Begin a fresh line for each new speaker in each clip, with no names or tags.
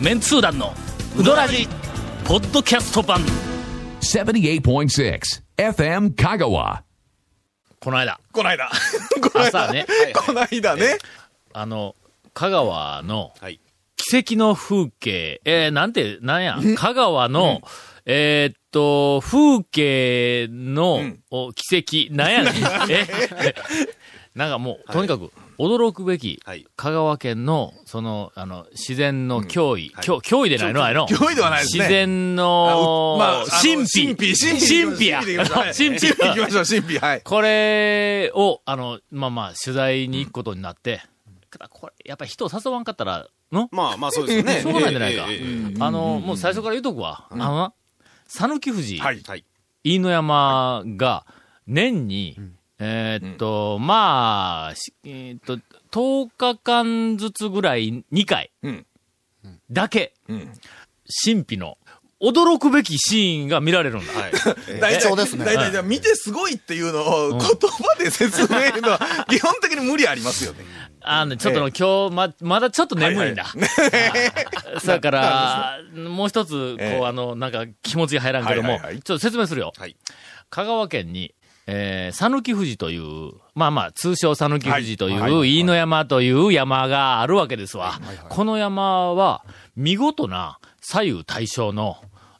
メンツー団のウドラジポッドキャスト版
78.6 FM Kagawa.
この間
こないだ。
朝ね
こないだね。
あの香川の
はい
奇跡の風景えー、なんてなんや香川の、えーっと、風景の、お奇跡、なん やねん。えなんかもう、とにかく、驚くべき、
はい
香川県の、その、あの、自然の脅威、脅脅威でないのあれの。
脅威ではないですね
自然の、
あうまああの
神秘。
神秘、神秘。
神秘や。
神
神
秘でいきましょう。神
秘
秘でいきましょう、神秘。はい。
これを、あの、まあまあ、取材に行くことになって、ただこれ、やっぱり人を誘わんかったら、の
まあまあそうです よね。
しょうがないんじゃないか
えええええ
あの、もう最初から言うとくわ。あのな、讃岐富士、
は
え
い。
はい。
飯野山が、年に、えーっと、まあ、しえーっと、10日間ずつぐらい2回
うん。
だけ、
うん。
神秘の、驚くべきシーンが見られるんだ。
はい。
大
そうですね
大体、じゃあ見てすごいっていうのを言葉で説明するのは、 基本的に無理ありますよね。
あの、ちょっとの、今日、ま、まだちょっと眠いんだ。 それ から、もう一つ、こ
え
う、
え
あの、なんか気持ちが入らんけども、
はいはいはい
ちょっと説明するよ。
はい
香川県に、えー、讃岐富士という、まあまあ、通称讃岐富士という、
はいはい
飯野山という山があるわけですわ。この山は、見事な左右対称の、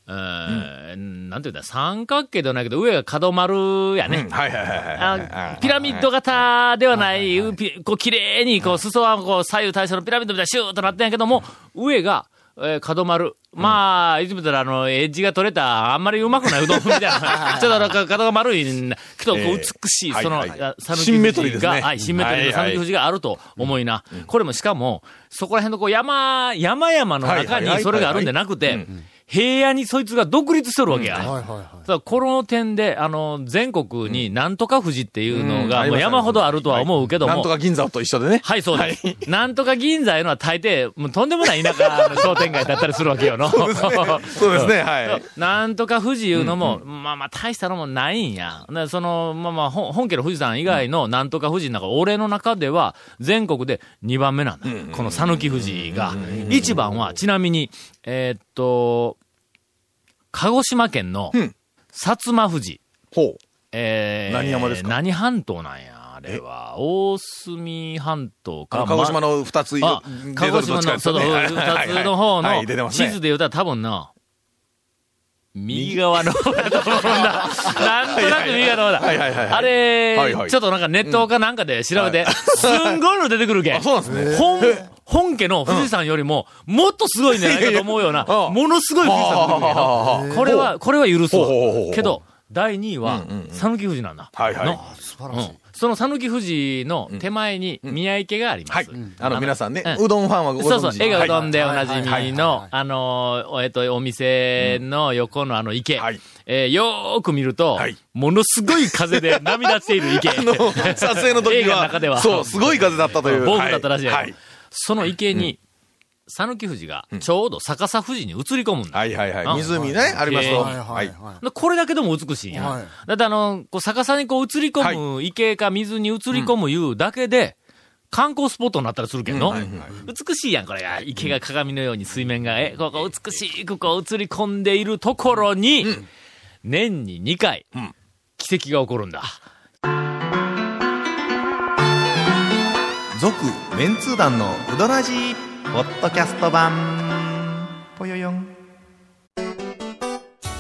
えーなんていうんだ、三角形ではないけど、上が角丸やね。
はいはいはいはい。
あピラミッド型ではない、ピこう、綺麗に、こう、裾は、こう、左右対称のピラミッドみたいなシューッとなってんやけども、上が、えー角丸。まあ、いつも言ったら、あの、エッジが取れた、あんまりうまくないうどんみたい な。ちょっとなんか、角が丸いんだけど、こう、
ええ
美しい、
はい
その、
はい
あ讃岐
シンメト
富士
リーです
が、
ね
はい、シンメトリーの
はい
讃
はい
岐富士があると思いな。これもしかも、そこら辺のこう、山、山々の中
はいはいは
に
い
それがあるんじゃなくて、平野にそいつが独立しとるわけや。
はいはいはい。
ただこの点で、あの、全国になんとか富士っていうの
うん
が、
あり
もう
ます
山ほどあるとは思うけど
なん
も
と、か銀座と一緒でね。
はい、そうです。なんとか銀座いうのは大抵、もうとんでもない田舎の商店街だったりするわけよの。
そうですね、はい。
なんとか富士いうのも、まあまあ大したのもないんや。でその、まあまあ、ほん本家の富士山以外のなんとか富士の中、俺の中では全国で2番目なんだ。この讃岐富士が。1番は、ちなみに、えーっと、鹿児島県の
うん
薩摩富士。
ほう。
えー、
何山ですか
何半島なんや、あれは。大隅半島
あ
か。
の鹿児
ま
島の二つ、
あ、
出て
鹿
る
児島
どっちか
の、
です
そ
よ
の、
ね
二つの方
はいは
の
い出て、ます
地
ね
図で言うたら多分な、右側 の方だと思うんだ。なんとなく右側の方
はいはいはいはい
だ。あれ、
はいはい
ちょっとなんかネットかなんかで調べて、すんごいの出てくるけん。
あそうなんですね
本、本家の富士山よりも、もっとすごいんじゃないかと思うような、
いやいやうん
ものすごい富士山出てくるけど
あ
これは、これは許すわ
ほうほうほうほ。う
けど、第2位は、讃岐富士なんだ。
あはいはい
の
素晴
う
らしい
ん。その讃岐富士の手前に宮池がありま
は
す
い。。あの、皆さんね、
うん
うどんファンはご存知
そうそう、絵がうどんでお
はい
なじみ
はいはい
の
はい、
あのー、おえっと、お店の横のあの池
はい、
えーよーく見ると
はい、
ものすごい風で波立っている池。
あの、撮影の 時
映画の
は、
中では
そう、すごい風だったという。
暴風だったらしいやん
はい。
その池に、讃岐富士がちょうど逆さ富士に映り込むんだ。
はいはいはい
あ
はい。湖ね、あります
う
よ。
ん
はいはい
は
は
でこれだけでも美しいんや。
はい
だってあの、こう逆さにこう映り込む、池か水に映り込むいうだけで、観光スポットになったりするけど、美しいやん、これが。池が鏡のように水面が、え、ここ美しくこう映り込んでいるところに、年に2回、奇跡が起こるんだ。
続メンツー団のウドラジポッドキャスト版ぽよよん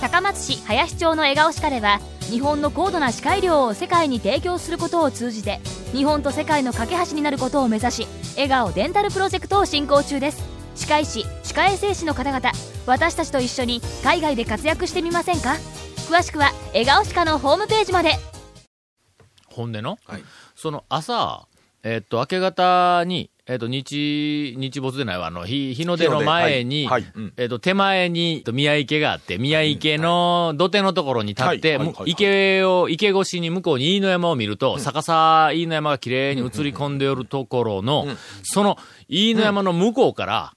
高松市林町の笑顔歯科では日本の高度な歯科医療を世界に提供することを通じて日本と世界の架け橋になることを目指し笑顔デンタルプロジェクトを進行中です歯科医師歯科衛生士の方々私たちと一緒に海外で活躍してみませんか詳しくは笑顔歯科のホームページまで
ほんでの、
はい
その朝、えっと、明け方に、えっと、日、日没でないわ、あの、日、日の出の前に、
日の出はいはいうん
えっと、手前に、えっと宮池があって、宮池の土手のところに立って、
はいはい
む
はいはい
池を、池越しに向こうに飯野山を見ると、逆さ飯野山が綺麗に映り込んでおるところの、その飯野山の向こうから、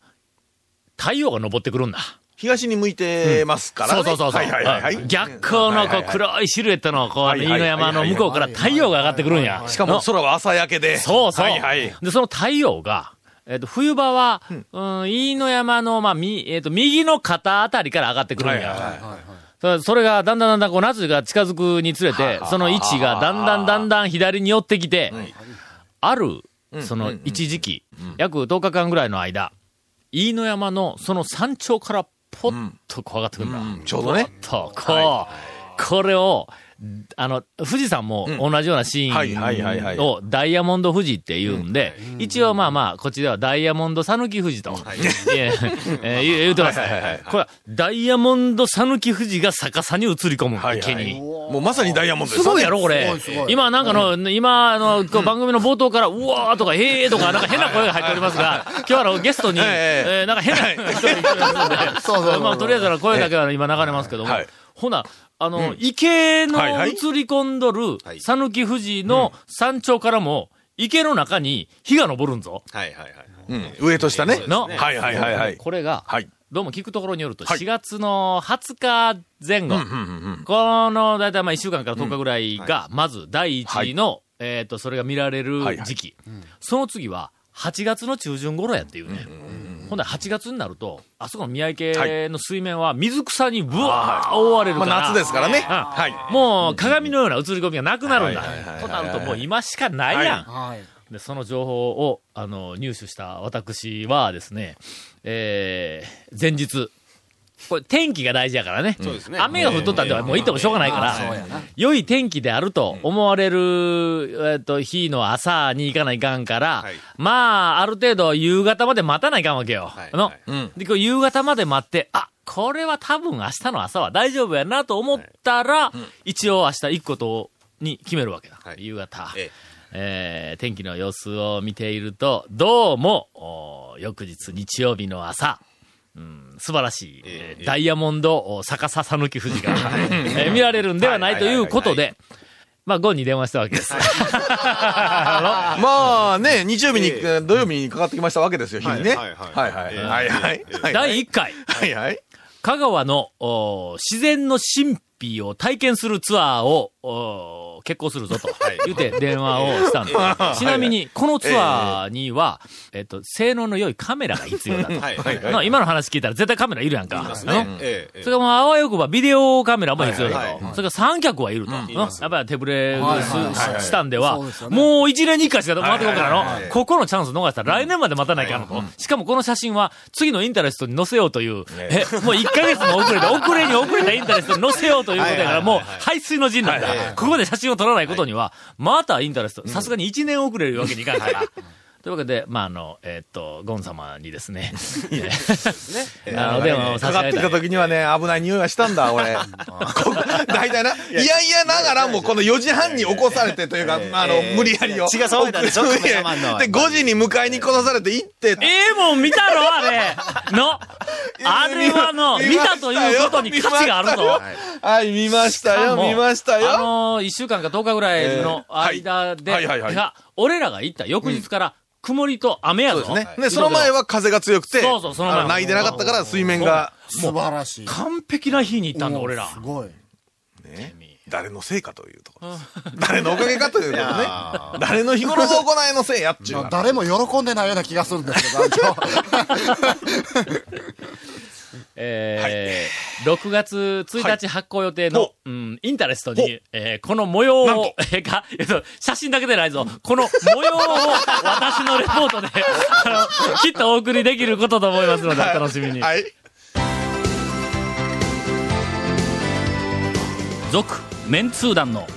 太陽が昇ってくるんだ。
東に向いてますから
そ
ね。
うそうそうそう。
はいはいはいはい。
逆光のこう
い。
黒いシルエットの、こう、あの
はい
飯
はいはい
野山の向こうから太陽が上がってくるんや。
しかも空は朝焼けで。
そうそう。
はいはい。
で、その太陽が、えっ、と、冬場は、うん、飯野山の、まあ、み、えっ、と、右の肩あたりから上がってくるんや。そそれが、だんだんだんだん、こう、夏が近づくにつれて、その位置が、だんだんだんだん左に寄ってきて、ある、その、一時期、約10日間ぐらいの間、飯野山の、その山頂から、ぽっとこう上がってくるんだ。
ちょうどね。
と、こう、これを、あの、富士山も同じようなシ
はいはいはいは
ー
い
ンをダイヤモンド富士って言うんで、一応まあまあ、こっちではダイヤモンド讃岐富士と、い ええー言う言うてます。これは、ダイヤモンド讃岐富士が逆さに映り込む、
はいはい
池に。
もうまさにダイヤモンドですす。
ごいやろ、これ
すごいすご。い
今、なんかの、今、あの、こう番組の冒頭から、うわーとか、へーとか、なんか変な声が入っておりますが、今日はあの、ゲストに、
はいはい
えーなんか変な人が来てますので、
そうそうそう
まあ、とりあえずあの声だけは今流れますけども
はい、
ほな、あの、池の
はいはい
映り込んどる、讃岐富士の山頂からも、池の中に火が昇るんぞ。
はいはいはい。
うん。上と下ね。
の
はいはいはいはい。
これが、
はい。
どうも聞くところによると、
はい
4月の20日前後、この、だいたいまあ1週間から10日ぐらいが、まず第一の、えっ、と、それが見られる
はいはい
時期。その次は、8月の中旬頃やっていうね。ほんで8月になると、あそこの宮城県の水面は水草にぶわー覆われる
ま
か
あ
ら。
夏ですからね。
うん
はい。
もう鏡のような映り込みがなくなるんだ
はいはいはいは。い
となるともう今しかないやん。
はい。
で、その情報を、あの、入手した私はですね、えー、前日、これ天気が大事やからね。雨が降っとったんではもう行ってもしょうがないから、良い天気であると思われる、えっと、日の朝に行かないかんから、まあ、ある程度夕方まで待たないかんわけよ。の、
うん。
で、こう夕方まで待って、あ、これは多分明日の朝は大丈夫やなと思ったら、一応明日行くことに決めるわけだ。夕方。え
ええ
ー天気の様子を見ていると、どうも、お翌日日曜日の朝、うん素晴らしい、えーダイヤモンドお逆ささぬき富士が、えー見られるんではないということで、まあ、ゴンに電話したわけです。
まあね、日曜日に、
え
土曜日にかかってきましたわけですよ、日にね。
はい
は
はいい
は
はいい
はいはい。はいは い。
第1回。
はいはい。
香川のおー自然の神秘を体験するツアーをおー決行する ぞと言って電話をしたんです。ちなみに、このツアーには、えっと、性能の良いカメラが必要だと。
はいはいはい。
な今の話聞いたら絶対カメラいるやんか。
です
な
ね。ええ
それからもうあわよくばビデオカメラも必要だと。
はいはい
それから三脚はいると。うん
い
や
ま
っ
す
ぱり手ぶれ
はい
す
はい
ししたんでは、
そうですよね
もう一年に一回しか回ってこんからの、
はいはいはい
ここのチャンス逃したら来年まで待たなきゃなと。しかもこの写真は次のインタレストに載せようという、え、もう1ヶ月の遅れで、遅れに遅れたインタレストに載せようということだから、もう排水の陣なんだ。ここで写真を撮らないことには、またインタレスト、さすがに1年遅れるわけにいかんから。というわけで、まあ、あの、えーっと、ゴン様にですね、えーあの、電話を差し上
かかっ
げた
てき
い
た時にはね、危ない匂いがしたんだ、俺。こ大体な、いやいやながらも、この4時半に起こされてというか、まああの、無理やりを。
血が騒いだんでしょ
送る
カメラマンの
で、5時に迎えに来さされて行って、
ええもん見たろあれのあれはの、見たということに価値があるぞ
はい、見ました
しか
よ、
も
見ました
あ
よ。
のー、1週間か10日ぐらいの間で、
えーはいはいはいはい
が俺らが行った翌日から曇りと雨やぞ。
ね。で、その前は風が強くて、
そうそうその前
あ泣いてなかったから水面が、
素晴らしい。
完璧な日に行ったんだ、俺ら。
すごい。
ね誰のせいかというところです。誰のおかげかというところね。誰の日頃の行いのせいやっちゅう
まあ
話。
誰も喜んでないような気がするんですけど、団
えー6月1日発行予定の、
ほ
うん、インタレストに、えーこの模様
なん
を
と、
えーか、 えっと、写真だけでないぞ。この模様を私のレポートで、 あの、きっとお送りできることと思いますので、お楽しみに。
はい。
続、メンツー団の、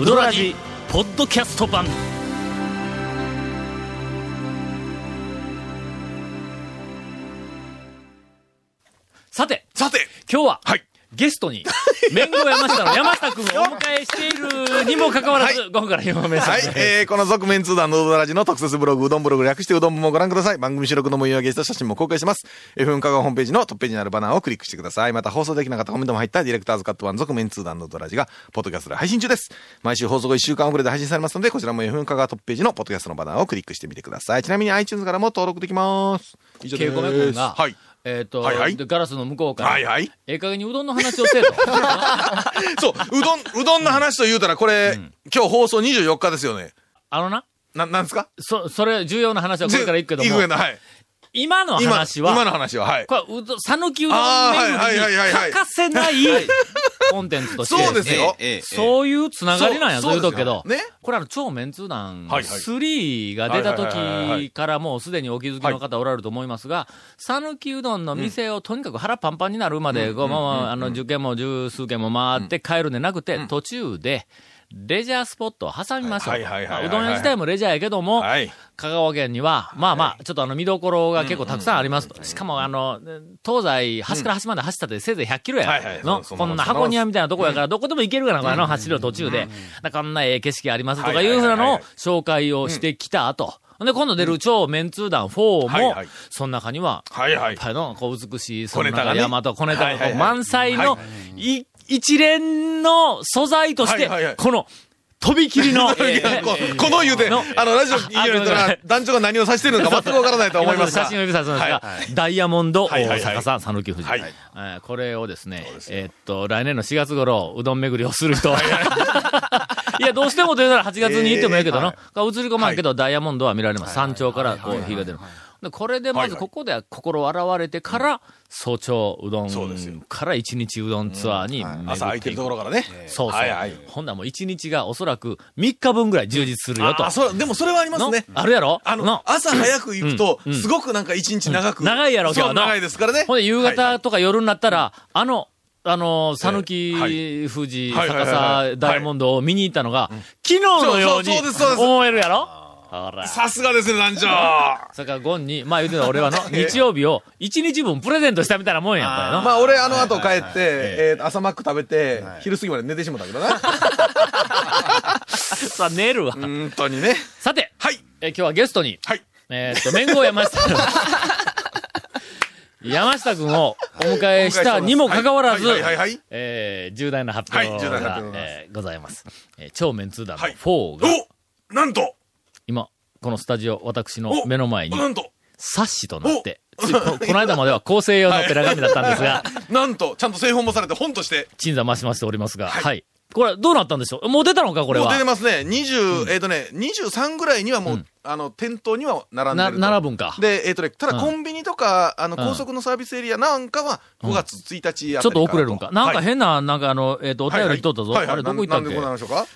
ウドラジ、ポッドキャスト版。さて、
さて、
今日は、
はい
ゲストに、面後山下 の山下君をお迎えしているにもかかわらず、午後から4番目
は
で
い
す。、
えー、この続面通談のうどラジの特設ブログ、うどんブログ略してうどん部もご覧ください。番組収録の模様やゲスト写真も公開してます。FM 香川ホームページのトップページにあるバナーをクリックしてください。また放送できなかったコメントも入ったディレクターズカット版続面通談のうどラジが、ポッドキャストで配信中です。毎週放送後1週間遅れで配信されますので、こちらも FM 香川トップページのポッドキャストのバナーをクリックしてみてください。ちなみに iTunes からも登録できます。以上
ケイ
です。
コメ君が、
はい。
えっ、と、
はいはい
でガラスの向こうから、
はいはい。
ええ加減にうどんの話をせえ と。
そう、うどん、うどんの話と言うたら、これ、今日放送24日ですよね。
あのな、
な、なんですか
そ、それ、重要な話はこれから行くけど
行くけ
も、
ど、はい。
今の
今、
話は、
今の話は、はい。
これはうど、讃岐うどん
あーはいはい
巡
はいはい
り
はい
に欠かせないコンテンツとして、
そうですよ
ええええ
そういうつながりなんや、
そ
そうういうとこけど。
そうですよね
これあの、超メンツ団、
はいはい
3が出た
はいはいはいはい
時からもうすでにお気づきの方おられると思いますが、讃岐うどんの店をとにかく腹パンパンになるまで、こうまあまあ、あの、10軒も十数軒も回って帰るんでなくて、途中で、レジャースポットを挟みましょう。
はいはいはいはいはい
まあうどん屋自体もレジャーやけども、
はい。
香川県には、まあまあ、ちょっとあの見どころが結構たくさんありますと。しかもあの、東西、端から端まで走ったってせいぜい100キロや。
はいはい
の
そうそう
こんな箱庭みたいなとこやから、どこでも行けるかな、あの走る途中で。なんかあんなええ景色ありますとかいうふうな
はいはい
のを
はいはい
紹介をしてきた後。で、今度出る超メンツー団4
はい
も
はい、
その中には、
はいはい
っぱいの、こう美しい、その
小ネタ
中
がね
山と小ネタ
はいはい
が
はい
満載の
は、
い一連の素材として
はいはいは、い
この、飛び切り の、えー
ここの言うて、
の
あの、ラジオ聞いて
ああごめ
る人
んなさ
ら
い、
団長が何を指してるのか全くわからないと思います
今の写
が。
真を指さすんですが、
は
ダイヤモンド
はいは
大
いはい
阪さん、讃岐富士。
はい
えーこれをですね、えーっと、来年の4月頃、うどん巡りをする人。 いや、どうしてもというなら8月に行ってもいいけどな。が映り込まんけど、ダイヤモンドは見られます。山頂からこう火が出る。でこれでまずここで心洗われてから、早朝うどん
そうですよ
から一日うどんツアーに巡
朝空い
ってて
る
い
と
く
こ。ろからね。
そうそう。
はいはい。
ほんならもう一日がおそらく3日分ぐらい充実するよと
あ、。そう、でもそれはあります
の
ね。
あるやろ
あの
の、
朝早く行くと
うんう、ん
すごくなんか一日長く。
うん長いやろ今
そ
日
う、
な
長いですからね。
ほんで、夕
はいは
方
い
とか夜になったら、あの、あの、
え
讃岐、
はい
富士、
はいはいは
逆
いはい
さ、ダイヤモンドを見に行ったのが、昨日のように
そうそうそうですそうです
思えるやろほら。
さすがですね、団長。
それからゴンに、まあ言うてた俺はの、日曜日を1日分プレゼントしたみたいなもんやっぱりの。
まあ、俺、あの後帰って、えーと朝マック食べて、昼過ぎまで寝てしまったけどな。
さあ寝るわ。
本当にね。
さて、
はい。
えー今日はゲストに、
はい。
えーっと、面後 山下。山下君をお迎えしたにもかかわらず、
はいはいはいはい。
えー重大な発表
はい重大な
が
発、表
えーございます。えー超メンツー団の
はい
4が、
おなんと
今、このスタジオ、私の
お
目の前に、
なんと
冊子となって、ついここの間までは構成用のペラ紙だったんですが、
なんと、ちゃんと製本もされて本として、
鎮座増し増しておりますが、は、
はいい
これ、どうなったんでしょうもう出たのか、これ
もう
は
出。てますね。20、えっとね、23ぐらいにはもう、あの、店頭には並んで
な、
ると。
7分か。
で、えっとね、た
うん
だコンビニとか、あの、
うん
高速のサービスエリアなんかは、5月1日あたりら
ちょっと遅れるんか。なんか
はい
変な、なんかあの、えっ、と、お便り来とったぞ。
はいはい
あれ、どこ行ったっけ
ななんでございましょうか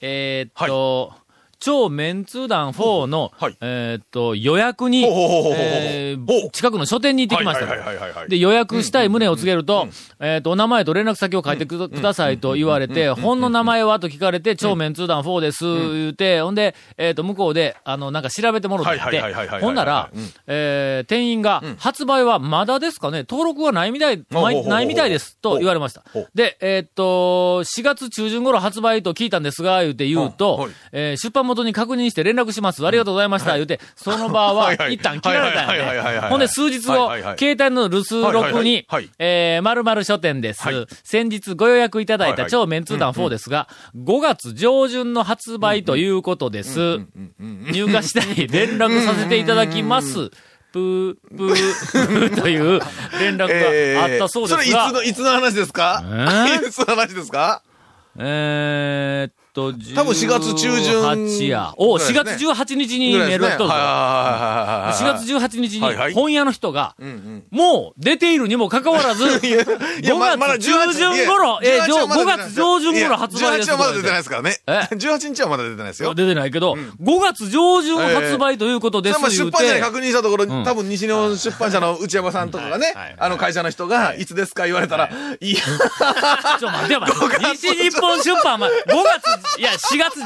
えーっと、超メンツー団4の、
はい
えーっと、予約に、
ほうほうほうほうほうほう
えー
ほう
近くの書店に行ってきました
はい
と
はいはいはいはい。
で、予約したい旨を告げると、えーっと、お名前と連絡先を書いてくくださいと言われて、本の名前はと聞かれて、超メンツー団4です、言うて、ほんで、えーっと、向こうで、あの、なんか調べてもろって言っ
はいはいはいはいはいは
て、
い
ほんなら
うん、
えー店員が、発売はまだですかね登録はないみたい、
ほうほうほうほう
ないみたいです、と言われました
ほう。
で、えーっと、4月中旬頃発売と聞いたんですが、言うて言うと、
うんはい
えー出版元に確認して連絡します。ありがとうございました。言うて、その場は
はいはい
一旦切られたん
はいはいはいはい
や
はいは
ね。
い
ほんで数日後、
はいはいはい
携帯の留守録に
はいはいはいはい、
えー、〇〇書店です、
はい
先日ご予約いただい
はい
た
はい
超メンツー団4ですが、5月上旬の発売ということです。入荷次第連絡させていただきます。ぷー、ぷー、ぷーという連絡があったそうですが。
えーそれいつの、いつの話ですか、
えー
いつの話ですか
えー、っと、
多分4月中旬
18や。お、
ぐら
4
いです
月
ね
18日に
ぐらい
メ
で
ールが来
すね
とるぞ。
はいはいはいはいは
4
い
月18日
はいは
に
い
本屋の人が、
うんうん
もう出ているにもかかわらず、5
いやままだ
月中旬頃、
18
えー、じょ
18はま
5
だ出てない
月上旬頃発売です。
18はまだ出てないですからね。
え
18日はまだ出てないですよ。
出てないけど、5月上旬発売ということです
それはまあ
言う
出版社に
て、
確認したところ、
ん
多分西日本出版社の内山さんとかがね、あの会社の人が、いつですか言われたら、いや、
ちょ、待てよ、待てよ西日本出版は、5月、いや、4月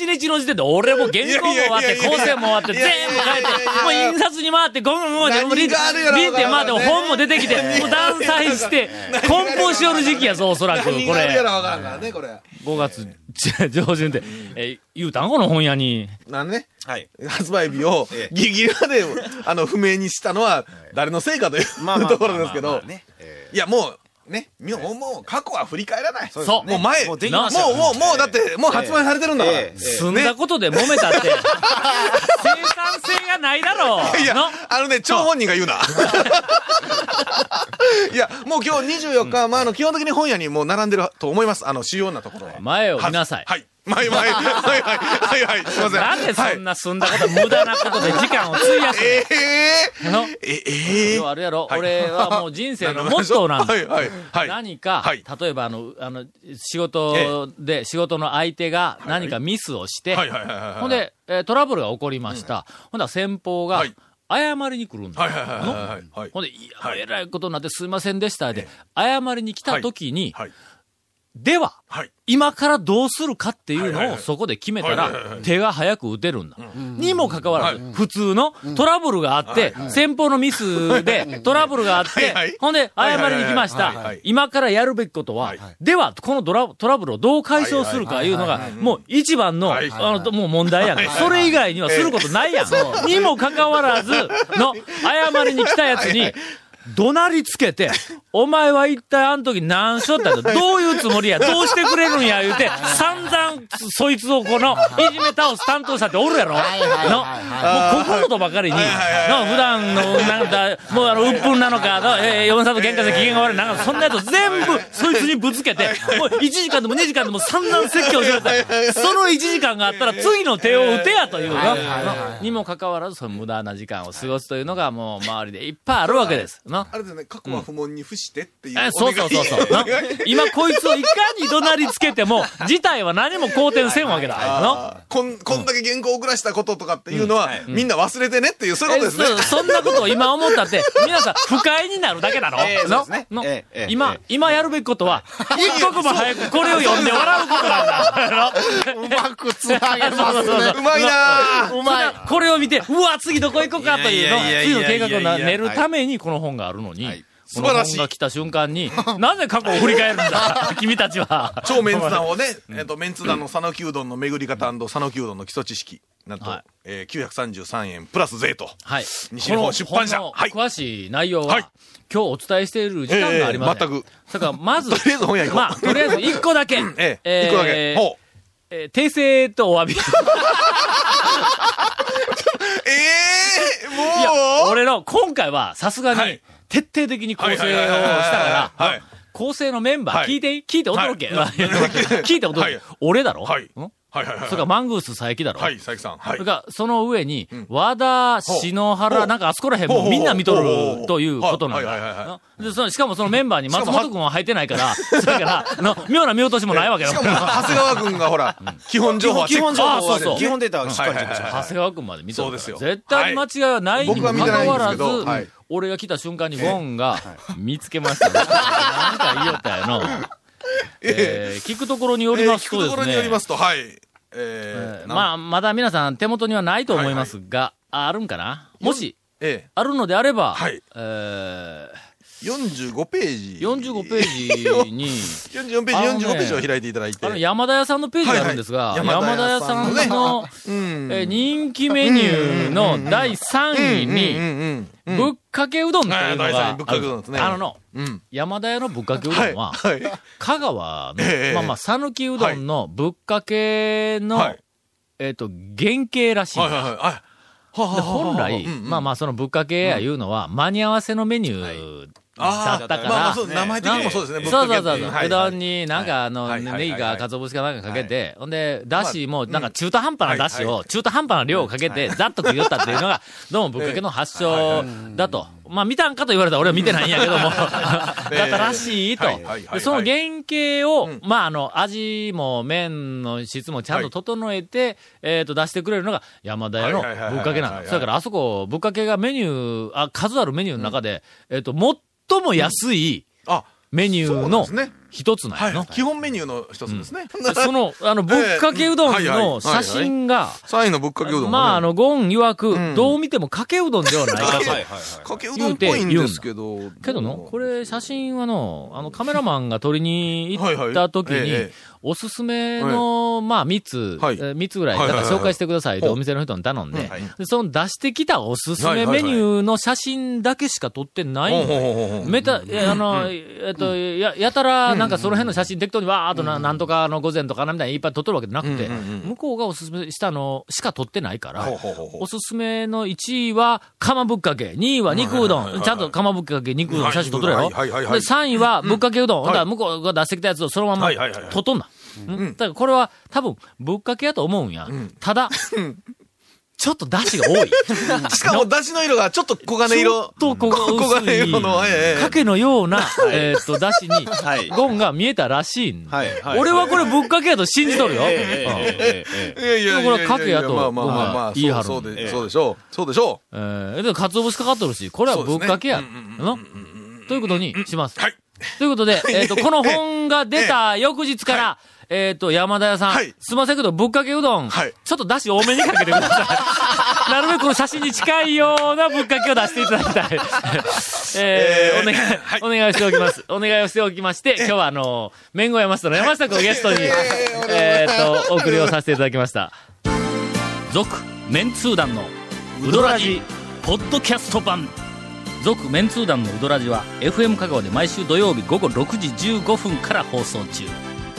18日の時点で、俺も原稿も終わっ
いや
て、
いやいやいや
構成も終わって、
いやいや
全部書い
いやいやい
て、
や
もう印刷に回って、ゴムもう、
何
もうリン
があるやろ
リンって回って、
わからんね
本も出てきて、もう断裁して、梱包しよる時期やぞ、おそらく、こ
何があるや
れ。
らわからんからね、これ。
5月 上旬で、え、言うたんこの本屋に。
なんでね、
はい。
発売日を
ええ
ギリギリまで、あの、不明にしたのは、誰のせいかという
まあまあまあまあ
ところですけ
まあ
ど
まあ、ねえ
いや、もう、ね、みもう、もう過去は振り返らない。
うですね
もう前、
も
も
う
う、
でき
も
ましたよ
う、もう、だって、もう発売されてるんだから。
えええ
済んだことで揉めた って、生産性がないだろ
いや
の、
あのね、張本人が言うな。 いや、もう今日24日、まあ、あの、基本的に本屋にもう並んでると思います。あの、主要なところは。
前を見なさい
ははい。はいはいはいはいはいはいすいません
なんでそんな済んだこと、無駄なことで時間を費やす
ええ
の
ええ
要はあれやろ、俺はもう人 生のモットーなんだ
は。いはいはい
何か、
はい
例えばあの、あの、仕事で、仕事の相手が何かミスをして、
はいはいはいはいはい
ほんで、えートラブルが起こりました。ほんだら先方が
はい、
謝りに来るんだ。
はいはいはいはいはいはい
ほんで、いや、えらいことになってすいませんでしたで、謝りに来た時に、
はい
では、
はい
今からどうするかっていう
はいはい
のを
はい
そこで決めた
はいはいはい
ら
は、い
手が早く打てるんだ。にもかかわらず、普通のトラブルがあって、先方のミスでトラブルがあっ
はい
て
はい、
ほんで謝りに来まし
はいはいはいは
た
い。
今からやるべきことは
はい、
では、このドラトラブルをどう解消するかいうの
はい
が
はいは、
もう一番の、あ
はい
の、もう問題やんか。それ以外にはすることないやん。にもかかわらず、の、謝りに来たやつに、怒鳴りつけて、お前は一体あの時何しとったんだどういうつもりやどうしてくれるんや言うて、散々そいつをこの、いじめ倒す担当者っておるやろの、も
はいはいはいは
うここのことばかりに、の、普段の、なんだ、もうあの、鬱憤なのか、のえー、嫁さんと喧嘩して機嫌が悪いなんか、そんなやつ全部そいつにぶつけて、もう1時間でも2時間でも散々説教しよって、その1時間があったら次の手を打てやというの
はいはいはい
のにもかかわらず、その無駄な時間を過ごすというのがもう周りでいっぱいあるわけです。の
あれですね過去は不問に付してっていう
えそうそうそうそう。な今こいつをいかに怒鳴りつけても、事態は何も好転せんわけだ。
こんこんだけ原稿を遅らしたこととかっていうのは、みんな忘れてねっていうそう
の
いうこ
え
とですね
そうそんなことを今思ったって、皆さん不快になるだけだろ、
ええそうですね
のの
ええええ
今、今やるべきこと は、一刻も早くこれを読んで笑うことなん だ。
うまくつなげます
そうそうそう
ね。
うまいなあ
うまい。これを見て、うわ、次どこ行こうかというのを
いやいや
次の
いやいや
計
いや
画を練るためにこの本があるのに、この
素晴らし
本
い
が来た瞬間に、なぜ過去を振り返るん だ、君たちは。
超メンツ団をね、えっと、メンツ団の讃岐うどんの巡り方讃岐うどんの基礎知識、なんと、
はい
えー、933円プラス税と。
はい。
西日本出版社
この
はい
本の詳しい内容は、
はい
今日お伝えしている時間がありません。
ええええ全
く。だから、まず、
とりあえず本屋行こう、
まあ、とりあえず一個だけ
ええ、一個だけ。ほう。
えー訂正と お詫び。い
ええー、も
や、
う
俺の、今回はさすが
は
に
い、
徹底的に構成をしたか
は
ら、
いはいはいはいはい
構成のメンバー、
はい
聞いて、聞いて驚け。
はい
聞いて驚
は
け。
い
俺だろ
はい
んそ
はいはいは
れ
い。
から、マングース佐伯だろ
はい、佐伯さん。は
そ
い
れ。から、その上に、和田、篠
ほ
原、
う
なんかあそこら辺
ほう
も
ほ
み
う
んな見とる
ほう
ということなん
はいはいはい
だ
は。
でそのしかもそのメンバーに松
しか
本
も
君は入ってないから、それから、あの妙な見落としもないわけだ
しかも、 長谷川君がほら、基本情報はチェック
情報はそうそう
基本データはしっかりチェックしま
長
す。
谷川君まで見とるから
そうですよ
絶対に間違いはないにもかかわらず、
僕は見てないんですけどはい
俺が来た瞬間にウォンが見つけました、ね。何か言いよったやの。 えー聞くところにより
えー
ます
聞く
とで
とこ
す
ろ
ね
によりますと、はい。
え
え
ー
ー、
ま
あ、
あ、まだ皆さん手元にはないと思いますが、あるんかなもし、
え
あるのであれば、
はい
え
え、45ページ。
ー、45ページに、
44ペ
あ
ー
の
ジ、
ね
45ページを開いていただいて。
あの、山田屋さんのページがあるんですが、
はいはい
山
山
田
田
屋
屋
さ
さ
んの
んのね
えー人気メニューの第3位
うん
に、
うんうん。
ぶっかけうどんというの
はい第
が
三位ぶっかけうどんですね
あるあのの、
うん。
山田屋のぶっかけうどん
はい。
は、
はい。
香川の、
ええ
まあまあ、讃岐うどんのぶっかけの、
はい
えっ、と、原型らしい。
はいはいはい。あはは
で
はは
本来、
うんうん
まあまあ、そのぶっかけやいうのは、間に合わせのメニューだ
あ
っ
ー
たから、
まあまあそう名前的にもそうですね。
そう
ぶっ
そう
か
そう
け
そう
っ。ていう
どんになんかあの、
はいはいはい
ネギか鰹節かなんかかけて、ほんで、だしも
ん
なんか中途半端なだし
はい
を、中途半端な量をかけて、ざっと食いよったっていうのが、どうもぶっかけの発祥だと。まあ見たんかと言われたら俺は見てないんやけども、 だったらしいと
はいはいはい。はい
でその原型を
ん、
まああの、味も麺の質もちゃんと整えて、えっと出してくれるのが山田屋の
はいはいはいはい
ぶっかけな
はい
の。
はい
それからあそこ、ぶっかけがメニュー、あ、数あるメニューの中で、えっと、最も安い、
あ、
メニュー
そう
の
ですね
一つなんや
は
の
い。。基本メニューの一つですね。
でその、あ の、ぶっかけうどんの写真が、
3位のぶっかけうどんもね。
まあ、あの、ゴン曰
う
く、
ん
どう見てもかけうどんではないかと。
かけうどんっぽいんですけど。
けどの、これ写真はの、あの、カメラマンが撮りに
はいは
行
い
った時
ええ
に
ええ、
おすすめの、まあ、3つ、
はい
えー三つぐらい、ない
は
ん
はい
か
はいはい
紹介してくださいってお店の人に頼んで、でその出してきたおすすめメニューの写真だけしか撮ってないんだよ
ほうほうほうほう
メタ、えあの、えっと、や、やたら、なんかその辺の写真適当にわーっとな、なんとかの午前とかなんみたいにいっぱい撮ってるわけじゃなくて、向こうがおすすめしたのしか撮ってないから
ほうほうほうほ、う
おすすめの1位は釜ぶっかけ、2位は肉うどん、ちゃんと釜ぶっかけ、肉うどんの写真撮っとるやろ。
はいはいはいはい
で、3位はぶっかけうどん。ほんだら
はい
向こうが出してきたやつをそのまま
はいはいはいはい
撮っとんな。うんだからこれは多分、ぶっかけやと思うんや。ただ、ちょっと出汁が多い。
しかも、出汁の色がちょっと黄金
ちょ
色
っ。とここ
こ
が
が
薄
ね
い、
このええ
かけのような、えーっと、だしに、
はい
ゴンが見えたらしいん。
はいはい
俺はこれぶっかけやと信じとるよ。うん
いやいやいやいやいや。
でもこれかけやと
まあまあまあまあ、
言い張る
そうそうでそうでしょう。そうでしょ
えー、で、かつお節かかっとるし、これはぶっかけや。
そうですね
のということにします。
はい
ということで、えーっと、この本が出 た翌日から、えーっと、山田屋さん、
はい
すいませんけど、ぶっかけうどん、
はい
ちょっとだし多めにかけてください。 なるべくこの写真に近いようなぶっかけを出していただ きたい。えー、お願い、お願いをしておきます。お願いをしておきまして、今日はあの、面後山下の山下君をゲストに、えーっと、お送りをさせていただきました。続、メンツー団の、ウドラジ、ポッドキャスト版。続メンツー団のウドラジは FM 香川で毎週土曜日午後6時15分から放送中